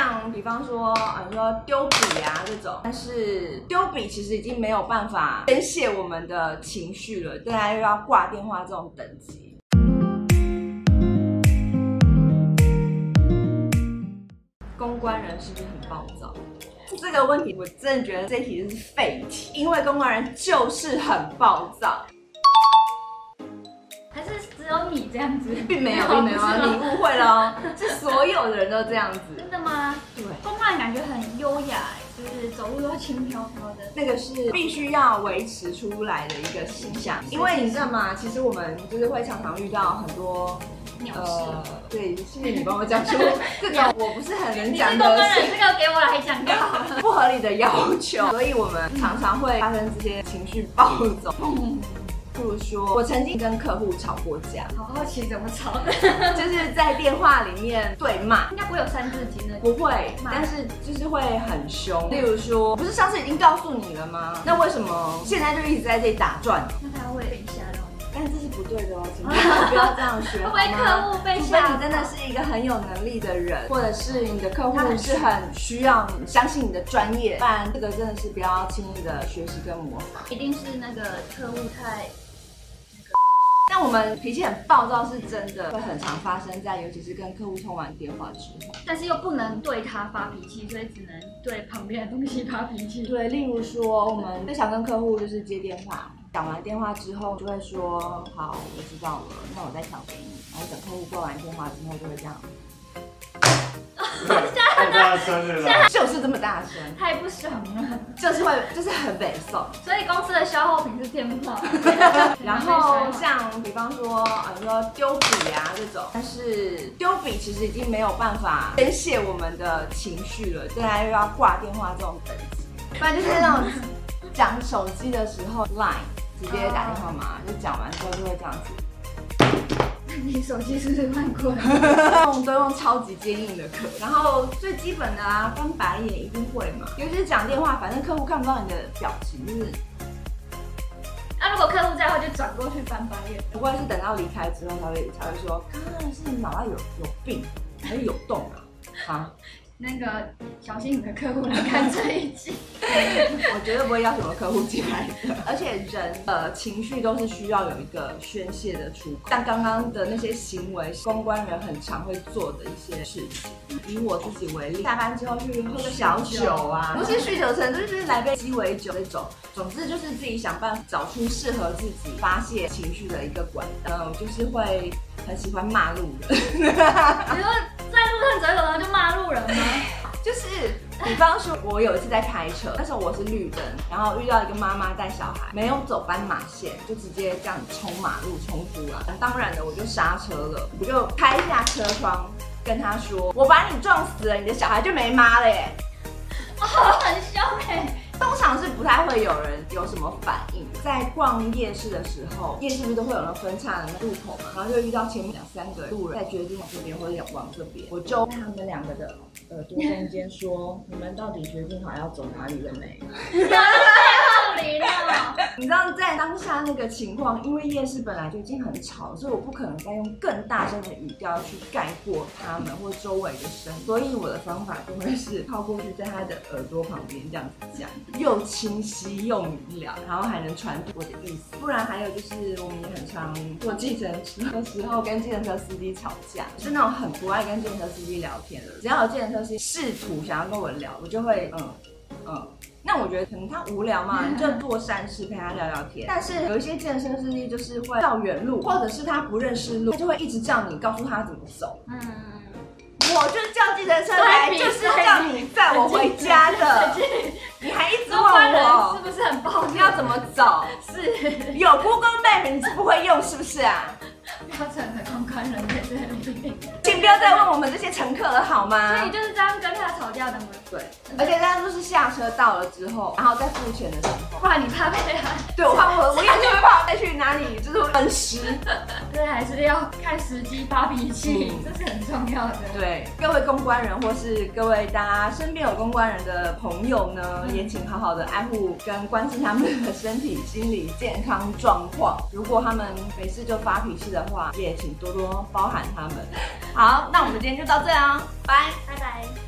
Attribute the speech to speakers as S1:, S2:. S1: 像比方说啊，你说丢笔啊这种，但是丢笔其实已经没有办法宣泄我们的情绪了，对啊，又要挂电话这种等级。公关人是不是很暴躁？这个问题我真的觉得这题是废题，因为公关人就是很暴躁，
S2: 还是只有你这样子？
S1: 并 没有， 并没有，啊
S2: 不是
S1: 你
S2: 吗
S1: 误会了哦，是所有的人都这样子。
S2: 真的吗？
S1: 对，
S2: 公关感觉很优雅，就是走路都轻飘飘的。
S1: 那个是必须要维持出来的一个形象，因为你知道吗？其实我们就是会常常遇到很多
S2: 鸟事。
S1: 呃，对，谢谢你帮我讲出这 个我不是很能
S2: 你
S1: 讲
S2: 是公关
S1: 的事
S2: 人，这个给我来 讲就好。
S1: 不合理的要
S2: 嗯
S1: 求，所以我们常常会发生这些情绪暴走。
S2: 嗯
S1: 譬如说，我曾经跟客户吵过架，
S2: 好好奇怎么吵的，
S1: 就是在电话里面对骂。
S2: 应该不会有三字经的。
S1: 不会，但是就是会很
S2: 嗯
S1: 凶。例如说，不是上次已经告诉你了吗？那为什么现在就一直在这里打转？
S2: 那他会被吓到，
S1: 但这是不对的哦， 请大家不要这样学。
S2: 会
S1: 好
S2: 不
S1: 吗
S2: 会客户被
S1: 除非
S2: 吓到？
S1: 你真的是一个很有能力的人，或者是你的客户是很需要你相信你的专业，不然这个真的是不要轻易的学习跟模仿。
S2: 一定是那个客户太
S1: 但我们脾气很暴躁是真的，会很常发生在，尤其是跟客户通完电话之后。
S2: 但是又不能对他发脾气，所以只能对旁边的东西发脾气。
S1: 对，例如说我们最常跟客户就是接电话，讲完电话之后就会说好，我知道了，那我再调给你。然后等客户挂完电话之后就会这样，
S3: 太大声了啦！
S1: 就是这么大声，
S2: 太不爽了，
S1: 就是会就是很北宋。
S2: 所以公司的消耗品是电 炮，
S1: 然后像比方说，啊，你说丢笔啊这种，但是丢笔其实已经没有办法宣泄我们的情绪了，对啊，又要挂电话这种等级，不然就是那种讲手机的时 候 Line 直接打电话嘛，就讲完之后就会这样子，
S2: 你手机是不是换过了？
S1: 用都用超级坚硬的壳，然后最基本的啊，翻白眼一定会嘛，尤其是讲电话，反正客户看不到你的表情，就是
S2: 那、如果客户在的话，就转过去翻白眼。
S1: 不会是等到离开之后才会才会说，刚刚是你脑袋有有病还是有洞啊？ 啊，
S2: 那个小心你的客户来看这一 集，
S1: 我绝对不会要什么客户进来的。而且人的情绪都是需要有一个宣泄的出口，像刚刚的那些行为，公关人很常会做的一些事情。以我自己为例，下班之后去喝个小酒啊，不是酗酒成，就是来杯鸡尾酒那种。总之就是自己想办法找出适合自己发泄情绪的一个管道。呃，我就是会很喜欢骂路人。
S2: 你说在路上走一走，然后就骂路人 吗？
S1: 就是比方说，我有一次在开车，那时候我是绿灯，然后遇到一个妈妈带小孩，没有走斑马线，就直接这样冲马路冲出来。当然的，我就刹车了，我就开一下车窗，跟他说：“我把你撞死了，你的小孩就没妈了耶。”
S2: 哦，很凶哎、
S1: 通常是不太会有人有什么反应。在逛夜市的时候，夜市不是都会有人分叉的路口嘛，然后就遇到前面两三个路人在决定往这边或者往这边，我就在他们两个的呃耳朵中间说：“你们到底决定好要走哪里了没
S2: 你讲的太厚脸了。？”
S1: 你知道在当下那个情况，因为夜市本来就已经很吵，所以我不可能再用更大声的语调去盖过他们或周围的声，所以我的方法就会是靠过去，在他的耳朵旁边这样子讲。又清晰又明了，然后还能传递我的意思。不然还有就是，我们也很常坐计程车的时候跟计程车司机吵架，是那种很不爱跟计程车司机聊天的。只要有计程车司机试图想要跟我聊，我就会嗯嗯。那我觉得可能他无聊 嘛，你就做善事陪他聊聊天。但是有一些健身司机就是会绕远路，或者是他不认识路，他就会一直叫你告诉他怎么走。
S2: 嗯，
S1: 我就是叫计程车来，就是叫你载我回家的，你还一直问
S2: 中国人
S1: 我
S2: 是。不是很暴
S1: 你
S2: 力？
S1: 要怎么走？
S2: 是
S1: 有 Google Map 你是不会用是不是啊？
S2: 标准的公关人在这里。
S1: 请不要再问我们这些乘客了好
S2: 所以你
S1: 吗？
S2: 就是这样跟他吵架的吗？
S1: 啊对，而且大家都是下车到了之后，然后再付钱的时候，
S2: 不然你怕被他，
S1: 对我怕我我也是会怕我再去哪里就是分尸。
S2: 对，还是要看时机发脾气，
S1: 嗯
S2: 这是很重要的。
S1: 对，各位公关人或是各位大家身边有公关人的朋友呢，
S2: 嗯
S1: 也请好好的爱护跟关心他们的身体、心理健康状况。如果他们没事就发脾气的话，也请多多包涵他们。好，那我们今天就到这样，拜。
S2: 拜拜。